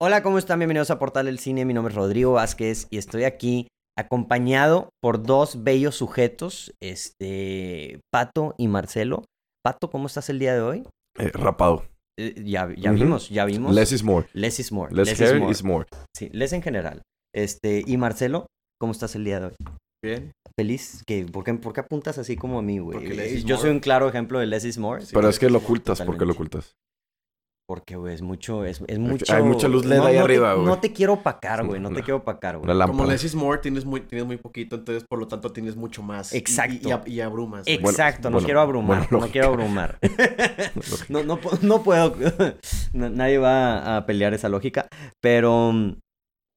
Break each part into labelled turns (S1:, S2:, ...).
S1: Hola, ¿cómo están? Bienvenidos a Portal del Cine. Mi nombre es Rodrigo Vázquez y estoy aquí acompañado por dos bellos sujetos, este, Pato y Marcelo. Pato, ¿cómo estás el día de hoy?
S2: Eh, rapado.
S1: Eh, ya ya
S2: Ujú.
S1: vimos, ya vimos.
S2: Less is more.
S1: Less is more.
S2: Less,
S1: less
S2: hair
S1: is more.
S2: is more.
S1: Sí, less en general. Este, y Marcelo, ¿cómo estás el día de hoy?
S3: Bien.
S1: Feliz, que ¿por qué, por qué apuntas así como a mí, güey?
S3: Porque less is
S1: Yo
S3: more.
S1: soy un claro ejemplo de less is more.
S3: Sí,
S2: Pero
S3: sí,
S2: es que lo
S3: sí,
S2: ocultas. ¿Por qué lo
S1: totalmente.
S2: ocultas?
S1: Porque, güey, es mucho, es, es mucho...
S2: hay mucha luz LED ahí
S1: te-
S2: arriba, güey.
S1: No te quiero opacar, güey, no te
S2: No.
S1: quiero opacar, güey.
S2: Una lámpara.
S3: Como le decís more, tienes muy, tienes muy poquito, entonces por lo tanto tienes mucho más. Y- y-
S1: Exacto.
S3: Y, ab- y abrumas. güey.
S1: Exacto, no
S2: bueno,
S1: quiero abrumar,
S2: bueno,
S1: no
S2: lógica.
S1: quiero abrumar.
S2: Lógica.
S1: no, no, pu- no puedo, na- nadie va a pelear esa lógica, pero mm,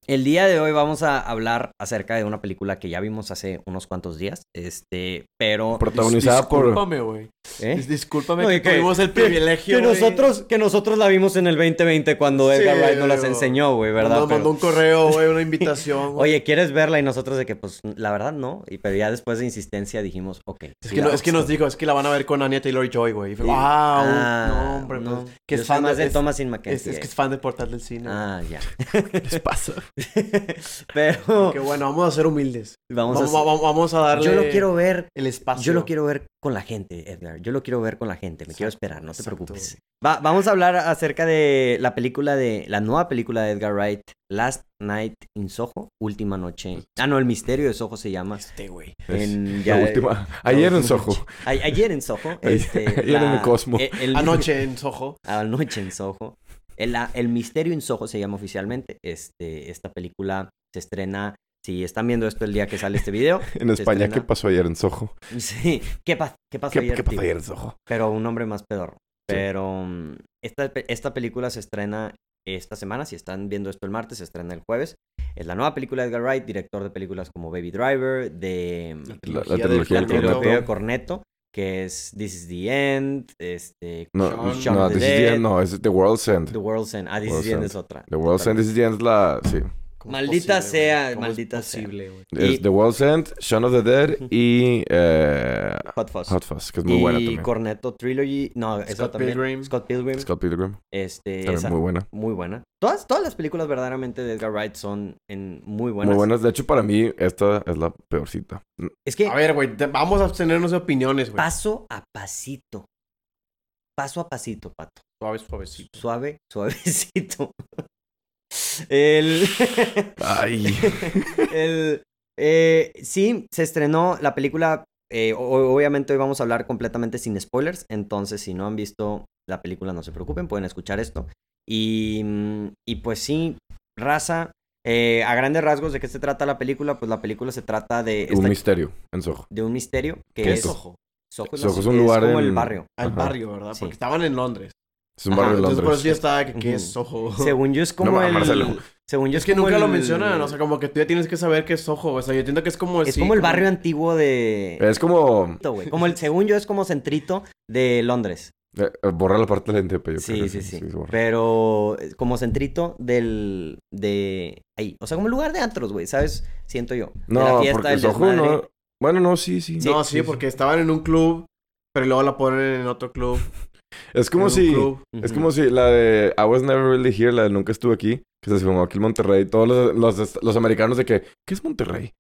S1: el día de hoy vamos a hablar acerca de una película que ya vimos hace unos cuantos días, este, pero...
S2: Protagonizada por...
S3: Discúlpame, güey.
S1: ¿eh?
S3: Dis- Discúlpame
S1: No, y
S3: que,
S1: que-
S3: tuvimos el
S1: que-
S3: privilegio.
S1: Que
S3: güey.
S1: nosotros, que nosotros la vimos en el 2020 cuando
S3: Sí,
S1: Edgar Wright nos las
S3: güey.
S1: enseñó, güey, ¿verdad?
S3: Nos
S1: Pero-
S3: mandó un correo, güey, una invitación. güey.
S1: Oye, ¿quieres verla? Y nosotros de que, pues, la verdad no. Y pero ya después de insistencia dijimos, ok.
S3: Es
S1: sí
S3: que,
S1: la
S3: no- es que nos
S1: vamos a-
S3: dijo, es que la van a ver con Anya Taylor Joy, güey. Y fue,
S1: Sí.
S3: wow,
S1: Ah,
S3: no, hombre,
S1: no.
S3: pues, que
S1: Yo
S3: es
S1: soy
S3: fan
S1: más
S3: de-
S1: de
S3: es-
S1: Thomasin
S3: Es,
S1: McKenzie.
S3: es que es fan de Portal del Cine. güey.
S1: Ah, ya.
S2: ¿Qué les pasa?
S1: Pero
S3: Que bueno, vamos a ser humildes.
S1: vamos,
S3: Vamos,
S1: a...
S3: vamos- vamos a darle
S1: Yo lo quiero ver...
S3: el espacio.
S1: Yo lo quiero ver con la gente, Edgar. Yo lo quiero ver con la gente. Me quiero esperar, no te
S3: exacto,
S1: preocupes.
S3: güey.
S1: Va- vamos a hablar acerca de la película de... La nueva película de Edgar Wright, Last Night in Soho. Última noche. Ah, no, El misterio de Soho se llama.
S3: Este, güey.
S1: En,
S2: La
S1: ya-
S2: última. Ayer en Soho.
S1: A- ayer en Soho.
S2: Ayer-
S1: este,
S2: ayer en el Cosmo.
S1: e- el-
S3: Anoche en Soho.
S1: Anoche en Soho. El, la- el Misterio en Soho se llama oficialmente. Este, esta película se estrena, si están viendo esto el día que sale este video.
S2: En
S1: se
S2: España, ¿qué
S1: estrena-
S2: pasó ayer en Soho?
S1: Sí, ¿qué, pas- qué pasó
S2: ¿Qué,
S1: ayer?
S2: qué pasó
S1: tío?
S2: ayer en Soho?
S1: Pero un hombre más pedorro.
S2: Sí.
S1: Pero mm, esta, pe- esta película se estrena esta semana. Si están viendo esto el martes, se estrena el jueves. Es la nueva película de Edgar Wright, director de películas como Baby Driver, de... mm,
S2: La- la
S3: del
S1: La
S2: trilogía del
S3: Cornetto.
S1: trilogía de Cornetto, que es This is the End, este,
S2: No,
S3: Shaun
S1: Shaun
S2: no,
S1: the
S2: this is the
S1: Dead.
S2: end, no, es The World's
S1: The
S2: End.
S1: World's End. Ah, This is
S2: World's
S1: the End
S2: End.
S1: es otra.
S2: The World's End, this is the end, es la... Sí.
S3: ¿Cómo es
S1: Maldita
S3: posible,
S1: sea,
S3: güey? ¿Cómo es
S1: maldita sea.
S3: posible, güey?
S1: Y-
S2: Es The World's End, Shaun of the Dead
S1: Ujú.
S2: y... eh,
S1: Hot Fuzz.
S2: Hot Fuzz, que es muy buena
S1: y
S2: también.
S1: Cornetto Trilogy. No, esa
S3: Ah, Scott
S1: también.
S3: Pilgrim.
S1: Scott Pilgrim.
S2: Scott Pilgrim,
S1: Este,
S2: también
S1: esa,
S2: muy
S1: muy...
S2: buena.
S1: buena. Todas, todas las películas verdaderamente de Edgar Wright son en muy buenas.
S2: Muy buenas. De hecho, para mí, esta es la peorcita.
S1: Es que
S3: A ver, pues. güey, te- vamos a abstenernos de opiniones, güey.
S1: paso a pasito. Paso a pasito, Pato.
S3: Suave, suavecito.
S1: Suave, suavecito. El...
S2: Ay.
S1: El, eh, sí, se estrenó la película. eh, o- obviamente hoy vamos a hablar completamente sin spoilers. Entonces, si no han visto la película, no se preocupen, pueden escuchar esto. Y, mm, y pues sí, raza. eh, a grandes rasgos, ¿de qué se trata la película? Pues la película se trata de,
S2: un
S1: esta-
S2: misterio en Soho.
S1: de un misterio que
S2: ¿Qué
S1: es
S2: es?
S3: Soho.
S1: Soho es, la-
S2: Soho es un
S1: es
S2: lugar
S1: como el
S2: en-
S1: barrio.
S3: Al
S2: Ajá.
S3: barrio, ¿verdad?
S1: Sí.
S3: Porque estaban en Londres.
S2: Es un
S1: Ajá,
S2: barrio de
S3: Entonces por
S2: Londres.
S3: eso yo estaba que ¿qué es
S1: Ujú.
S3: Soho.
S1: Según yo es como
S2: ma-
S1: el...
S2: Marcelo.
S1: Según yo
S3: Es que nunca
S1: como
S3: lo
S1: el-
S3: mencionan, o sea, como que tú ya tienes que saber qué es Soho. O sea, yo entiendo que es como...
S1: es
S3: sí,
S1: como el barrio antiguo de...
S2: Es como...
S1: Centrito, güey. Como el, según yo, es como centrito de Londres.
S2: eh, eh, borra la parte del NTP, yo creo
S1: Sí,
S2: que
S1: sí, sí.
S2: se borra.
S1: Pero eh, como centrito del. de. ahí. O sea, como lugar de antros, güey, ¿sabes? Siento yo. De
S2: No,
S1: la fiesta,
S2: porque
S1: del
S2: Soho
S1: desmadre.
S2: no... Bueno, no, sí, sí.
S3: No, sí, porque estaban en un club, pero luego la ponen en otro club.
S2: Es
S3: en
S2: como
S3: un
S2: si...
S3: club.
S2: Es
S1: Ujú.
S2: como si la de I was never really here, la de nunca estuve aquí, que se filmó aquí en Monterrey. Todos los, los- los americanos de que, ¿qué es Monterrey?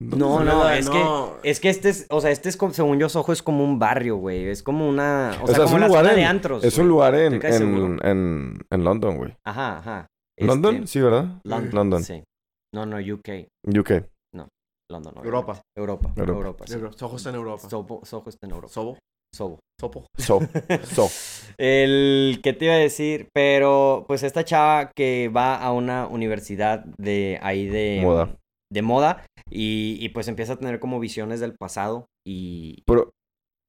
S2: ¿Dónde
S1: No,
S2: se-
S1: no,
S3: Nada,
S1: es
S3: no.
S1: Es que este es. O sea, este es como, según yo, Soho es como un barrio, güey. Es como una. O,
S2: O
S1: sea,
S2: sea, es
S1: como
S2: un
S1: la
S2: lugar
S1: zona
S2: en-
S1: de antros.
S2: Es
S1: güey.
S2: un lugar
S1: ¿Te
S2: en,
S1: caes
S2: en,
S1: seguro?
S2: en, en London, güey.
S1: Ajá, ajá.
S2: ¿London?
S1: Este,
S2: Sí, ¿verdad?
S1: London.
S2: London.
S1: Sí. No, no, UK.
S2: UK.
S1: London. obviamente.
S3: Europa.
S1: Europa. Europa.
S2: Europa.
S1: sí.
S3: Europa. Soho está en Europa.
S1: Soho, Soho está en Europa.
S3: Sobo.
S1: Soho.
S3: Sopo.
S2: So. So.
S1: El que te iba a decir, pero pues esta chava que va a una universidad de ahí de
S2: Moda.
S1: de moda y, y, pues empieza a tener como visiones del pasado y
S2: Pero.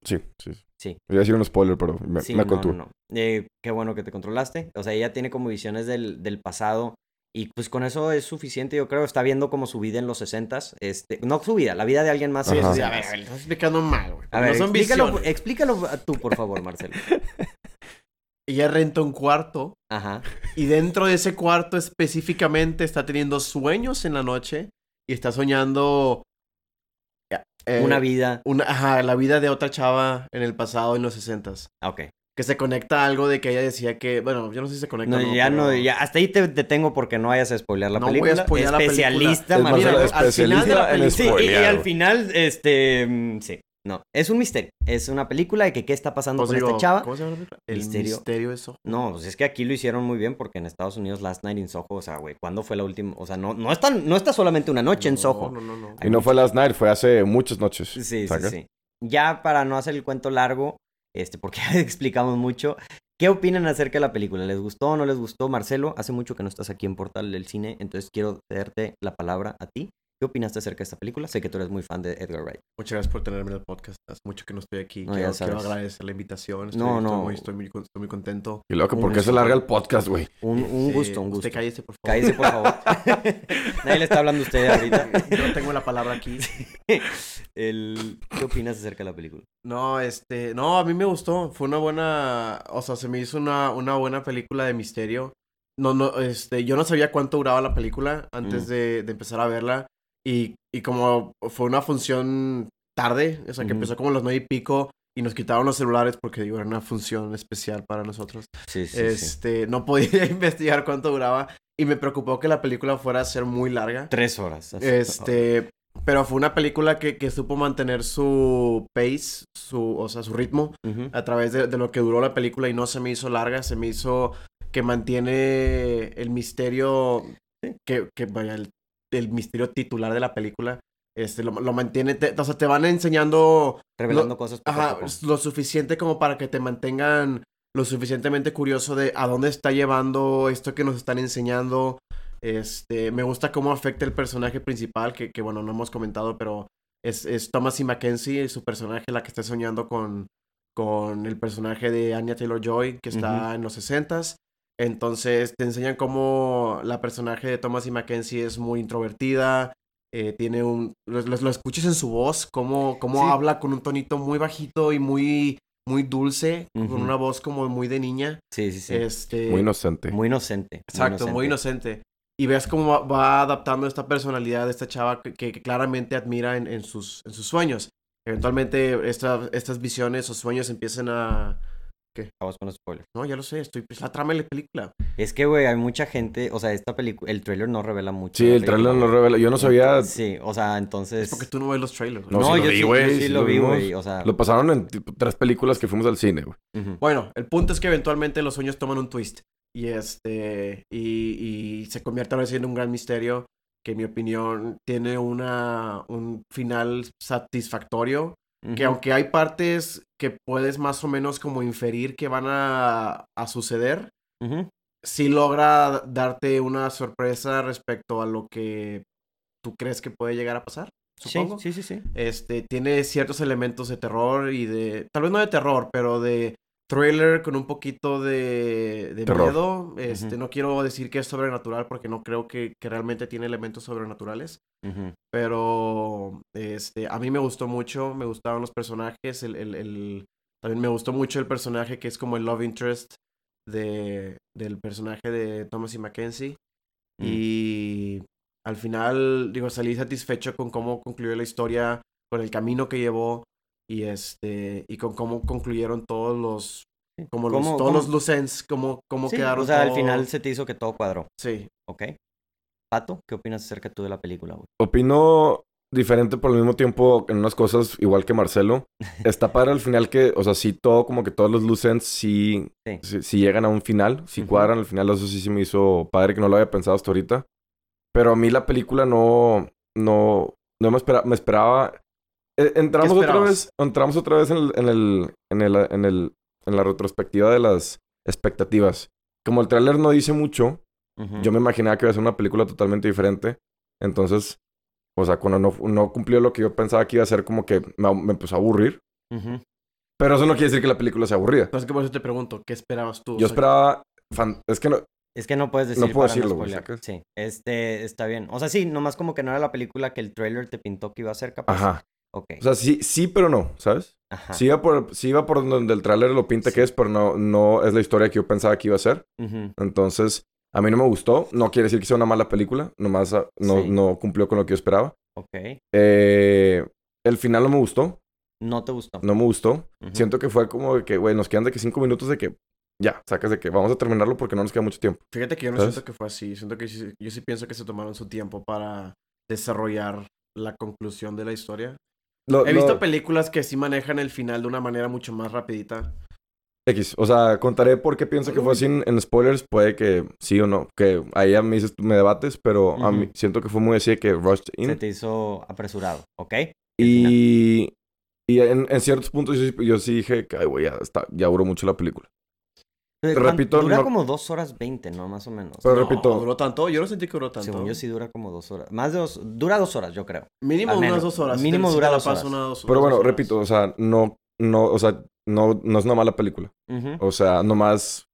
S2: Sí, sí.
S1: Sí.
S2: Iba a decir un spoiler, pero me,
S1: sí,
S2: me
S1: no,
S2: contuve.
S1: no, no. Eh, qué bueno que te controlaste. O sea, ella tiene como visiones del, del pasado y pues con eso es suficiente, yo creo. Está viendo como su vida en los 60 este, no su vida, la vida de alguien más. en
S3: Sí,
S1: los
S2: Ajá.
S3: sí, sí. A ver, a
S1: 60s.
S3: ver, estás explicando mal, güey.
S1: A ver,
S3: no son
S1: explícalo,
S3: visiones.
S1: explícalo tú, por favor, Marcelo.
S3: Ella renta un cuarto
S1: Ajá.
S3: Y dentro de ese cuarto específicamente está teniendo sueños en la noche y está soñando eh,
S1: Una vida.
S2: Eh,
S3: una- ajá, la vida de otra chava en el pasado en los 60s.
S1: Ah, Ok.
S3: que se conecta a algo de que ella decía que, bueno, yo no sé si se conecta
S1: No,
S3: o no.
S1: ya
S3: pero-
S1: no, ya, hasta ahí te detengo porque no vayas a spoilear la
S3: No voy a
S1: película.
S3: spoilear la película.
S1: Especialista,
S2: Es más,
S1: Manuel.
S2: era
S3: al final de la
S2: especialista en
S3: peli-
S1: Sí, y, y
S2: spoilear.
S1: al
S2: güey.
S1: final, este, mm, sí, no, es un misterio, es una película de que qué está pasando
S3: Pues
S1: con
S3: digo,
S1: esta chava.
S3: ¿Cómo se llama la película? El
S1: Misterio.
S3: misterio, de Soho.
S1: No, pues es que aquí lo hicieron muy bien porque en Estados Unidos Last Night in Soho, o sea, güey, ¿cuándo fue la última? O sea, no, no, está, no está solamente una noche en
S3: No,
S1: Soho.
S3: No, no, no.
S2: Y no fue last night, fue hace muchas noches.
S1: Sí, sí,
S2: ¿Saca?
S1: sí. Ya para no hacer el cuento largo, este, porque ya explicamos mucho, ¿qué opinan acerca de la película? ¿Les gustó o no les gustó? Marcelo, hace mucho que no estás aquí en Portal del Cine, entonces quiero darte la palabra a ti. ¿Qué opinaste acerca de esta película? Sé que tú eres muy fan de Edgar Wright.
S3: Muchas gracias por tenerme en el podcast. Hace mucho que no estoy aquí.
S1: No, ya
S3: quiero, quiero
S1: sabes.
S3: agradecer la invitación. Estoy,
S1: No,
S3: Estoy
S1: no.
S3: muy, estoy muy, con- estoy muy contento.
S2: Y luego, que ¿por
S1: Un
S2: qué se
S1: gusto.
S2: larga el podcast, güey?
S1: Un, un
S3: Este,
S1: gusto, un gusto.
S3: Usted cállese, por favor.
S1: Cállese, por favor. Nadie le está hablando a usted ahorita.
S3: Yo no tengo la palabra aquí.
S1: El- ¿Qué opinas acerca de la película?
S3: No, este, no, a mí me gustó, fue una buena, o sea, se me hizo una, una buena película de misterio. No, no, este, yo no sabía cuánto duraba la película antes
S1: Mm.
S3: de, de empezar a verla y, y como fue una función tarde, o sea, que
S1: Ujú.
S3: empezó como a las nueve y pico y nos quitaron los celulares porque digo, era una función especial para nosotros.
S1: Sí, sí, sí.
S3: Este, no podía investigar cuánto duraba y me preocupó que la película fuera a ser muy larga.
S1: Tres horas. así.
S3: Este, pero fue una película que, que supo mantener su pace, su, o sea, su ritmo
S1: Ujú.
S3: a través de, de lo que duró la película y no se me hizo larga, se me hizo que mantiene el misterio, que, que vaya, el, el misterio titular de la película, este, lo, lo mantiene, te- o sea, te van enseñando
S1: Revelando
S3: lo-
S1: cosas. poco a
S3: ajá,
S1: poco.
S3: lo suficiente como para que te mantengan lo suficientemente curioso de a dónde está llevando esto que nos están enseñando. Este, me gusta cómo afecta el personaje principal, que, que, bueno, no hemos comentado, pero es, es Thomas y Mackenzie, su personaje, la que está soñando con, con el personaje de Anya Taylor Joy, que está
S1: Ujú.
S3: en los 60s. Entonces te enseñan cómo la personaje de Thomas y Mackenzie es muy introvertida, eh, tiene un... Lo, lo- lo escuchas en su voz, cómo, cómo
S1: Sí.
S3: habla con un tonito muy bajito y muy, muy dulce,
S1: Ujú.
S3: con una voz como muy de niña.
S1: Sí, sí, sí.
S3: Este,
S2: Muy inocente.
S1: Muy inocente.
S3: Exacto, muy inocente. Y ves cómo va, va adaptando esta personalidad de esta chava que, que- que claramente admira en, en sus, en sus sueños. Eventualmente esta- estas visiones o sueños empiezan a...
S1: Vamos con los spoilers.
S3: No, ya lo sé, estoy... Es la trama de la película.
S1: Es que, güey, hay mucha gente. O sea, esta película. El trailer no revela mucho.
S2: Sí,
S1: de la
S2: el trailer
S1: película.
S2: no revela. Yo no sabía.
S1: Sí, o sea, entonces.
S3: Es porque tú no ves los trailers.
S2: No, sí lo
S1: yo,
S2: vi,
S1: sí,
S2: güey,
S1: yo sí
S2: sí
S1: lo
S2: lo
S1: vi,
S2: vimos.
S1: güey. O sea.
S2: Lo pasaron en tipo, tres películas que fuimos al cine, güey.
S1: ujú.
S3: Bueno, el punto es que eventualmente los sueños toman un twist. Y este. Y, y se convierte ahora sí en un gran misterio. Que en mi opinión tiene una, un final satisfactorio. Que
S1: Ujú.
S3: aunque hay partes que puedes más o menos como inferir que van a, a suceder.
S1: Ujú.
S3: Sí logra darte una sorpresa respecto a lo que tú crees que puede llegar a pasar. Supongo.
S1: Sí, sí, sí, sí.
S3: Este, tiene ciertos elementos de terror y de. Tal vez no de terror, pero de thriller con un poquito de, de
S2: Terror.
S3: miedo. Este,
S1: Ujú.
S3: no quiero decir que es sobrenatural porque no creo que, que realmente tiene elementos sobrenaturales.
S1: Ujú.
S3: Pero este, a mí me gustó mucho, me gustaban los personajes. El, el- el- también me gustó mucho el personaje que es como el love interest de, del personaje de Thomas y Mackenzie.
S1: Mm.
S3: Y al final, digo, salí satisfecho con cómo concluyó la historia, con el camino que llevó y este y con cómo concluyeron todos los
S1: Sí.
S3: como los
S1: ¿Cómo-
S3: todos los
S1: cómo-
S3: loose ends, cómo cómo
S1: Sí,
S3: quedaron
S1: O sea, al
S3: todos.
S1: final se te hizo que todo cuadró.
S3: Sí.
S1: ¿Ok? Pato, ¿qué opinas acerca tú de la película, güey?
S2: Opino diferente, pero al mismo tiempo en unas cosas, igual que Marcelo. Está padre al final que, o sea, sí, todo, como que todos los loose ends sí,
S1: Sí.
S2: sí- sí llegan a un final, sí
S1: Ujú.
S2: cuadran al final. Eso sí, sí me hizo padre que no lo había pensado hasta ahorita. Pero a mí la película no, no, no me esperaba, me esperaba. Eh, entramos
S3: ¿Qué
S2: otra
S3: esperabas?
S2: vez, entramos otra vez en el, en el, en el, en el- en la retrospectiva de las expectativas. Como el tráiler no dice mucho,
S1: Ujú.
S2: yo me imaginaba que iba a ser una película totalmente diferente. Entonces, o sea, cuando no, no cumplió lo que yo pensaba que iba a ser, como que me, me empezó a aburrir.
S1: Ujú.
S2: Pero eso no quiere decir que la película sea aburrida.
S3: Entonces, que por eso te pregunto, ¿qué esperabas tú?
S2: Yo
S3: O sea,
S2: esperaba... fan- Es que no...
S1: Es que no puedes decir
S2: No puedo
S1: para
S2: decirlo, güey,
S1: spoilear.
S2: ¿sacas?
S1: Sí, este está bien. O sea, sí, nomás como que no era la película que el trailer te pintó que iba a ser capaz.
S2: Ajá.
S1: Ok.
S2: O sea, sí, sí pero no, ¿sabes?
S1: Ajá.
S2: Sí iba por, sí iba por donde el tráiler lo pinta que es, pero no, no es la historia que yo pensaba que iba a ser.
S1: Ujú.
S2: Entonces, a mí no me gustó. No quiere decir que sea una mala película. Nomás ah, no,
S1: Sí.
S2: no cumplió con lo que yo esperaba.
S1: Ok.
S2: Eh, el final no me gustó.
S1: No te gustó.
S2: No me gustó.
S1: Ujú.
S2: Siento que fue como de que, güey, nos quedan de que cinco minutos de que ya, sacas de que vamos a terminarlo porque no nos queda mucho tiempo.
S3: Fíjate que yo no
S2: ¿Sabes?
S3: siento que fue así. Siento que sí- yo sí pienso que se tomaron su tiempo para desarrollar la conclusión de la historia.
S2: Lo-
S3: He
S2: lo-
S3: visto películas que sí manejan el final de una manera mucho más rapidita.
S2: X, o sea, contaré por qué pienso que fue así en, en spoilers, puede que sí o no, que ahí a mí dices, me debates, pero a mí
S1: Ujú.
S2: siento que fue muy así de que rushed
S1: Se
S2: in.
S1: te hizo apresurado, ¿ok?
S2: Y, y en, en ciertos puntos yo, sí- yo sí dije que, ay, güey, ya, está- ya duró mucho la película.
S1: Te
S2: repito,
S1: Dura
S2: no-
S1: como dos horas veinte, ¿no? Más o menos.
S2: Pero
S3: No,
S2: repito-
S3: ¿Duró tanto? Yo no sentí que duró tanto.
S1: Según yo sí dura como dos horas. Más de dos... Dura dos horas, yo creo.
S3: Mínimo
S1: Al
S3: unas
S1: menos.
S3: dos horas. Si
S1: Mínimo
S3: te- si
S1: dura
S3: te la
S1: dos
S3: paso
S1: horas.
S3: unas dos-
S2: Pero
S3: unas
S2: bueno,
S3: dos horas.
S2: repito, o sea, no, no, o sea, no, no es una mala película.
S1: Ujú.
S2: O sea, nomás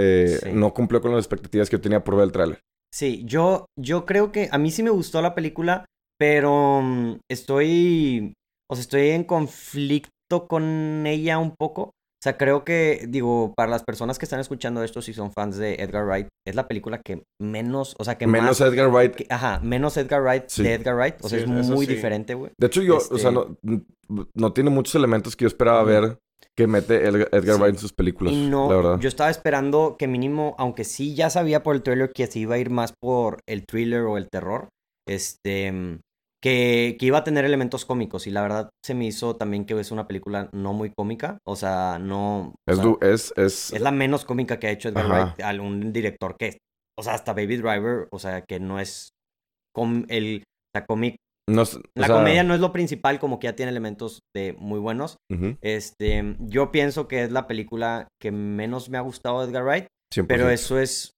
S2: eh,
S1: Sí.
S2: no cumplió con las expectativas que yo tenía por ver el tráiler.
S1: Sí, yo, yo creo que a mí sí me gustó la película, pero mm, estoy, o sea, estoy en conflicto con ella un poco. O sea, creo que, digo, para las personas que están escuchando esto, si son fans de Edgar Wright, es la película que menos, o sea, que
S2: Menos
S1: más,
S2: Edgar Wright.
S1: que- ajá, menos Edgar Wright
S2: Sí.
S1: de Edgar Wright. O sea,
S3: Sí,
S1: es
S3: eso
S1: muy
S3: sí.
S1: diferente, güey.
S2: De hecho, yo, o sea,
S1: Este-
S2: no, no tiene muchos elementos que yo esperaba
S1: Ujú.
S2: ver que mete Edgar, Edgar
S1: Sí.
S2: Wright en sus películas.
S1: Y
S2: la
S1: no,
S2: verdad.
S1: yo estaba esperando que mínimo, aunque sí ya sabía por el trailer que se iba a ir más por el thriller o el terror, este, mm, que, que iba a tener elementos cómicos. Y la verdad se me hizo también que es una película no muy cómica. O sea, no... o
S2: es,
S1: sea,
S2: du- es, es,
S1: es la menos cómica que ha hecho Edgar
S2: Ajá.
S1: Wright, algún director que... O sea, hasta Baby Driver, o sea, que no es... com- el, la comi-
S2: no es- o
S1: la
S2: sea,
S1: comedia no es lo principal, como que ya tiene elementos de muy buenos.
S2: ujú,
S1: Este, yo pienso que es la película que menos me ha gustado de Edgar Wright,
S2: 100%.
S1: pero eso es.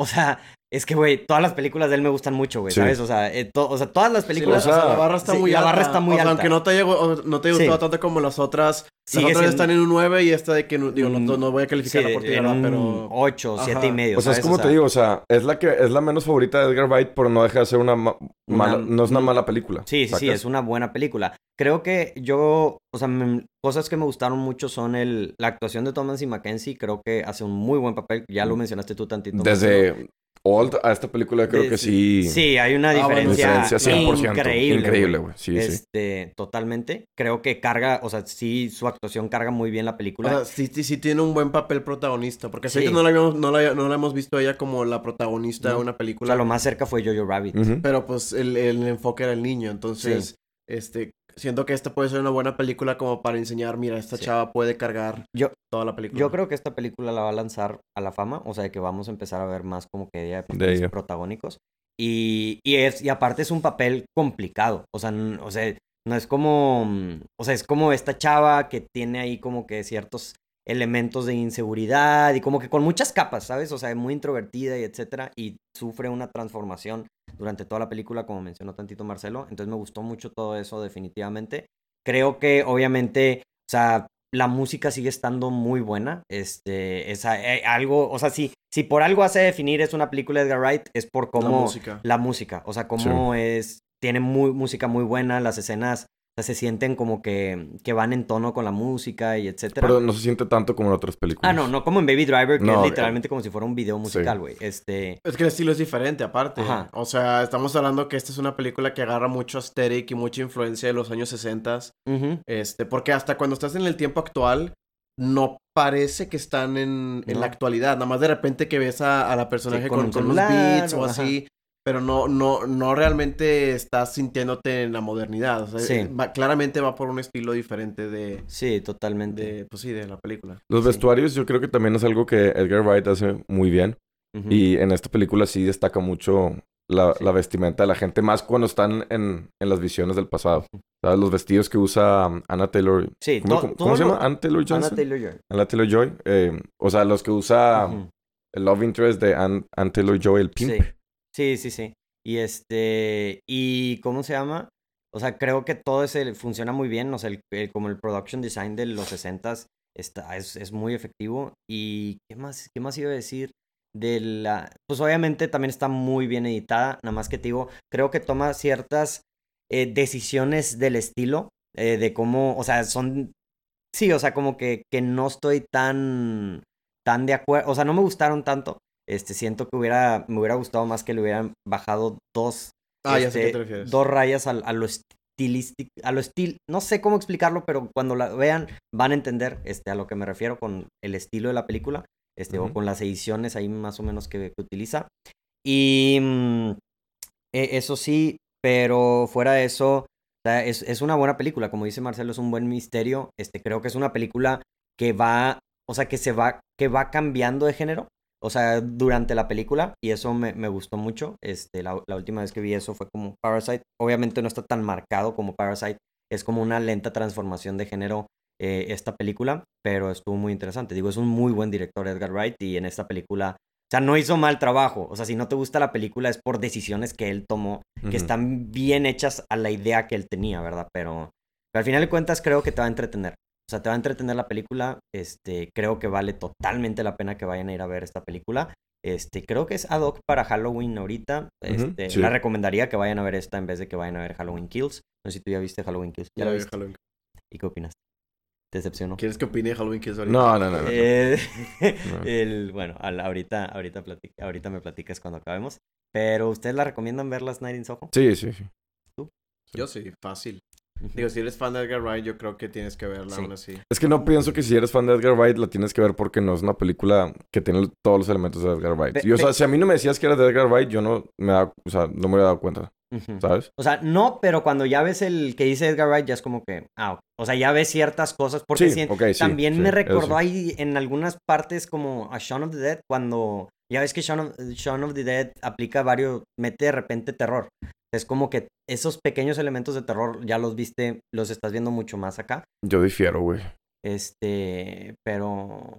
S1: O sea, es que, güey, todas las películas de él me gustan mucho, güey,
S2: Sí.
S1: ¿sabes? O sea, eh, to- o sea, todas las
S3: Sí,
S1: películas.
S3: o sea,
S2: sea,
S3: la barra está
S1: sí,
S3: muy
S1: la
S3: alta.
S1: barra está muy
S3: O sea,
S1: alta.
S3: aunque no te, haya, o- no te haya gustado
S1: Sí.
S3: tanto como las otras, las
S1: Sigue
S3: otras
S1: siendo-
S3: están en un 9 y esta de que, no- digo, no,
S1: Mm,
S3: no- no voy a
S1: sí,
S3: calificarla por ti,
S1: en
S3: ¿verdad?
S1: un
S3: Pero...
S1: ocho, siete y
S3: Ajá.
S1: medio,
S2: O sea, es
S1: ¿sabes?
S2: como te digo, o sea, es la que es la menos favorita de Edgar Wright, pero no deja de ser una, ma-
S1: Una-
S2: mala, no es una mala película.
S1: Sí, sí, sí,
S2: ¿sacas?
S1: es una buena película. Creo que yo, o sea, mm, cosas que me gustaron mucho son el, la actuación de Thomas y Mackenzie, creo que hace un muy buen papel, ya lo
S2: Mm.
S1: mencionaste tú tantito. Marcelo.
S2: Desde Old a esta película yo creo que
S3: Desde-
S2: sí.
S1: Sí, hay una
S3: Ah, bueno,
S1: diferencia,
S2: Diferencia 100%.
S1: increíble.
S2: Increíble,
S1: güey.
S2: güey. Sí, sí.
S1: este, totalmente. Creo que carga, o sea, sí, su actuación carga muy bien la
S3: O
S1: película.
S3: sea, sí, sí, sí tiene un buen papel protagonista, porque sé
S1: Sí.
S3: que no la, habíamos, no, la, no la hemos visto a ella como la protagonista
S1: No.
S3: de una
S1: O
S3: película,
S1: sea, lo más cerca fue Jojo Rabbit.
S2: Ujú.
S3: pero pues el, el enfoque era el niño, entonces, este, siento que esta puede ser una buena película como para enseñar, mira, esta
S1: Sí.
S3: chava puede cargar
S1: Yo-
S3: toda la película.
S1: Yo creo que esta película la va a lanzar a la fama, o sea, que vamos a empezar a ver más como que ella de
S2: De
S1: papeles
S2: ella.
S1: protagónicos. Y, y, es, y aparte es un papel complicado, o sea, n- o sea, no es como, mm, o sea, es como esta chava que tiene ahí como que ciertos elementos de inseguridad y como que con muchas capas, ¿sabes? O sea, es muy introvertida y etcétera y sufre una transformación durante toda la película, como mencionó tantito Marcelo. Entonces me gustó mucho todo eso, definitivamente. Creo que, obviamente, o sea, la música sigue estando muy buena. Este, es a- eh, algo, o sea, si, si por algo hace definir es una película de Edgar Wright, es por
S3: La
S1: cómo
S3: música.
S1: la música, o sea, cómo es, tiene muy, música muy buena, las escenas o sea, se sienten como que, que van en tono con la música y etcétera.
S2: Pero no se siente tanto como en otras películas.
S1: Ah, no, no como en Baby Driver, que
S2: No,
S1: es
S2: eh,
S1: literalmente como si fuera un video musical, güey. Este,
S3: Es que el estilo es diferente, aparte.
S1: Ajá.
S3: O sea, estamos hablando que esta es una película que agarra mucho aesthetic y mucha influencia de los años 60.
S1: ujú,
S3: Este, porque hasta cuando estás en el tiempo actual, no parece que están en, en
S1: No.
S3: la actualidad. Nada más de repente que ves a, a la personaje
S1: Sí, con
S3: con,
S1: un
S3: con los
S1: celular,
S3: beats
S1: o
S3: o
S1: ajá.
S3: así. Pero no, no, no realmente estás sintiéndote en la modernidad. O sea, eh,
S1: Sí.
S3: va- claramente va por un estilo diferente de,
S1: sí, totalmente.
S3: de, pues sí, de la película.
S2: Los
S1: Sí.
S2: vestuarios yo creo que también es algo que Edgar Wright hace muy bien.
S1: Ujú.
S2: Y en esta película sí destaca mucho la, la vestimenta de la gente, más cuando están en, en las visiones del pasado. ¿Sabes? Los vestidos que usa um, Anna Taylor.
S1: sí,
S2: ¿Cómo,
S1: to-
S2: cómo-
S1: todo
S2: cómo se
S1: lo-
S2: llama? Anna Taylor
S1: Anna
S2: Johnson. Ah.
S1: Taylor-Joy.
S2: Anna Taylor Joy. eh, o sea, los que usa
S1: Ujú.
S2: el Love Interest de Ann, Ann Taylor Joy, el pimp.
S1: Sí, sí, sí, sí. Y este, y ¿cómo se llama? O sea, creo que todo ese funciona muy bien, o sea, el, el- como el production design de los 60s está, es, es muy efectivo. ¿Y qué más, qué más iba a decir? De la, pues obviamente también está muy bien editada, nada más que te digo, creo que toma ciertas eh, decisiones del estilo, eh, de cómo, o sea, son, sí, o sea, como que, que no estoy tan, tan de acuerdo, o sea, no me gustaron tanto. Este, siento que hubiera, me hubiera gustado más que le hubieran bajado dos,
S3: Ah, ya sé
S1: este,
S3: a qué te refieres.
S1: dos rayas al- a, lo est- estilística, a lo estil, no sé cómo explicarlo, pero cuando la vean van a entender este, a lo que me refiero con el estilo de la película, este,
S2: Ujú.
S1: o con las ediciones ahí más o menos que, que utiliza. Y mm, e- eso sí, pero fuera de eso, o sea, es, es una buena película, como dice Marcelo, es un buen misterio, este, creo que es una película que va, o sea, que se va, que va cambiando de género. O sea, durante la película, y eso me, me gustó mucho. Este, la, la última vez que vi eso fue como Parasite. Obviamente no está tan marcado como Parasite. Es como una lenta transformación de género eh, esta película, pero estuvo muy interesante. Digo, es un muy buen director Edgar Wright y en esta película, o sea, no hizo mal trabajo. O sea, si no te gusta la película es por decisiones que él tomó, que
S2: Ujú.
S1: están bien hechas a la idea que él tenía, ¿verdad? Pero, pero al final de cuentas creo que te va a entretener. O sea, te va a entretener la película. Este, creo que vale totalmente la pena que vayan a ir a ver esta película. Este, creo que es ad hoc para Halloween ahorita.
S2: Ujú,
S1: Este,
S2: sí.
S1: la recomendaría que vayan a ver esta en vez de que vayan a ver Halloween Kills. No sé si tú ya viste Halloween Kills. ¿Ya la
S3: vi
S1: viste?
S3: Halloween.
S1: ¿Y qué opinas? ¿Te decepcionó?
S3: ¿Quieres que opine de Halloween Kills ahorita?
S2: No, no, no. no.
S1: Eh,
S2: No.
S1: el, bueno, al- ahorita, ahorita, plati- ahorita me platicas cuando acabemos. Pero ¿ustedes la recomiendan ver las Night in Soho?
S2: Sí, sí, sí.
S3: Yo sí, fácil. Digo, si eres fan de Edgar Wright, yo creo que tienes que verla
S1: Sí.
S3: aún así.
S2: Es que no pienso que si eres fan de Edgar Wright la tienes que ver porque no es una película que tiene todos los elementos de Edgar Wright.
S1: Pe-
S2: Y, o
S1: pe-
S2: sea, si a mí no me decías que era de Edgar Wright, yo no me, da- o sea, no me hubiera dado cuenta,
S1: Ujú.
S2: ¿sabes?
S1: O sea, no, pero cuando ya ves el que dice Edgar Wright, ya es como que, ah, ok. o sea, ya ves ciertas cosas. Porque si-
S2: ok, sí,
S1: también
S2: sí,
S1: me
S2: eso
S1: recordó
S2: sí.
S1: ahí en algunas partes como a Shaun of the Dead, cuando ya ves que Shaun of, Shaun of the Dead aplica varios, mete de repente terror. Es como que esos pequeños elementos de terror ya los viste, los estás viendo mucho más acá.
S2: Yo difiero, güey.
S1: Este, pero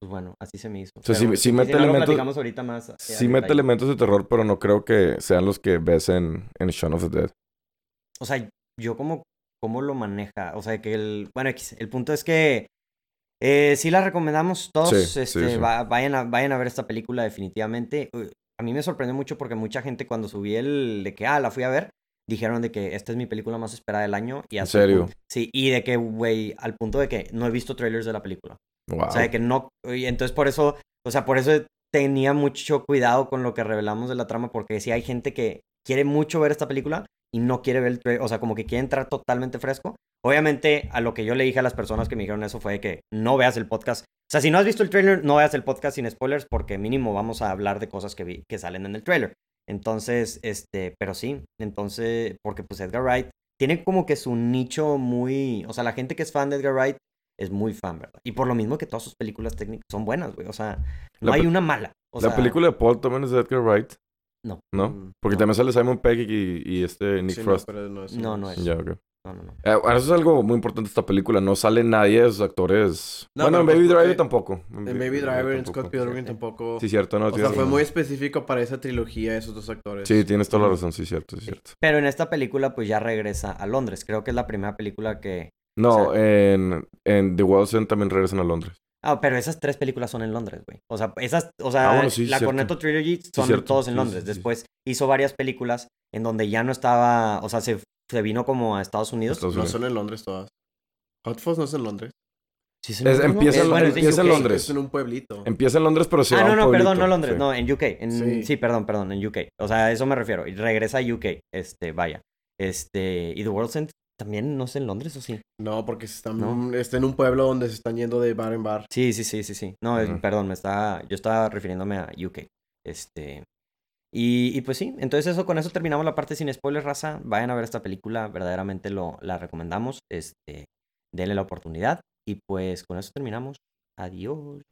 S1: pues bueno, así se me hizo.
S2: sea, sí-
S1: Pero
S2: sí mete
S1: si no, lo
S2: elementos-
S1: platicamos ahorita más. eh, a
S2: Sí mete
S1: detalle.
S2: elementos de terror, pero no creo que sean los que ves en, en Shaun of the Dead.
S1: O sea, yo como cómo lo maneja, o sea, que el bueno, X, el punto es que eh, sí la recomendamos todos,
S2: Sí, sí,
S1: este,
S2: sí.
S1: va- vayan a vayan a ver esta película definitivamente. Eh, A mí me sorprendió mucho porque mucha gente cuando subí el de que ah, la fui a ver, dijeron de que esta es mi película más esperada del año y
S2: ¿En
S1: hasta el
S2: serio?
S1: punto- Sí, y de que güey, al punto de que no he visto trailers de la película.
S2: Wow.
S1: O sea, de que no. Y entonces por eso, o sea, por eso tenía mucho cuidado con lo que revelamos de la trama, porque si hay gente que quiere mucho ver esta película y no quiere ver el trailer, o sea, como que quiere entrar totalmente fresco. Obviamente, a lo que yo le dije a las personas que me dijeron eso fue de que no veas el podcast. O sea, si no has visto el trailer, no veas el podcast sin spoilers, porque mínimo vamos a hablar de cosas que, vi- que salen en el trailer. Entonces, este, pero sí, entonces, porque pues Edgar Wright tiene como que su nicho muy, o sea, la gente que es fan de Edgar Wright es muy fan, ¿verdad? Y por lo mismo que todas sus películas técnicas son buenas, güey. O sea, no
S2: La
S1: hay
S2: pe-
S1: una mala. O
S2: ¿La
S1: sea,
S2: película de Paul también es de Edgar Wright?
S1: No.
S2: ¿No?
S3: Mm.
S2: Porque
S1: No.
S2: también sale Simon Pegg y, y este Nick
S3: Sí,
S2: Frost.
S3: No, pero no es.
S1: No, no es.
S2: Ya, ok.
S1: No, no, no.
S2: Eh, bueno, eso es algo muy importante de esta película. No sale nadie de sus actores.
S3: No,
S2: bueno, en
S3: pero
S2: Baby
S3: pues
S2: Driver
S3: porque-
S2: tampoco.
S3: En Baby Driver, en Scott Pilgrim
S1: Sí.
S3: tampoco.
S2: Sí, cierto, no.
S3: o sea,
S2: tienes
S3: fue
S2: razón.
S3: muy específico para esa trilogía esos dos actores.
S2: Sí, tienes toda la razón, sí, cierto, sí, cierto.
S1: Pero en esta película, pues ya regresa a Londres. Creo que es la primera película que.
S2: No,
S1: O
S2: en, en The Wild Sun también regresan a Londres.
S1: Ah, pero esas tres películas son en Londres, güey. O sea, esas, o sea,
S2: Ah, bueno, sí,
S1: la
S2: cierto.
S1: Cornetto Trilogy son
S2: cierto.
S1: todos en
S2: Sí,
S1: Londres.
S2: sí, sí.
S1: Después hizo varias películas en donde ya no estaba, o sea, se, se vino como a Estados Unidos.
S2: Estados
S3: No
S2: Unidos.
S3: son en Londres todas. Hot Fuzz no es en Londres.
S1: Sí, es
S2: Es-
S1: Londres, ¿no?
S2: empieza
S1: Es-
S2: en-
S1: Eh, bueno, es
S2: empieza en
S1: UK.
S2: Londres.
S3: Es en un pueblito.
S2: Empieza en Londres, pero se va
S1: Ah,
S2: a
S1: no,
S2: un
S1: no, perdón, no
S2: pueblito,
S1: Londres,
S2: sí.
S1: no, en UK. en- sí.
S3: Sí.
S1: perdón, perdón, en UK. O sea, a eso me refiero. Y regresa a UK, este, vaya. Este, y The World's End también no es en Londres, ¿o sí?
S3: No, porque se están,
S1: No.
S3: está en un pueblo donde se están yendo de bar en bar.
S1: Sí, sí, sí, sí, sí. No, es-
S2: Ujú.
S1: perdón, me estaba, yo estaba refiriéndome a UK. Este, y, y pues sí, entonces eso, con eso terminamos la parte sin spoilers, raza. Vayan a ver esta película, verdaderamente lo, la recomendamos. Este, denle la oportunidad. Y pues con eso terminamos. Adiós.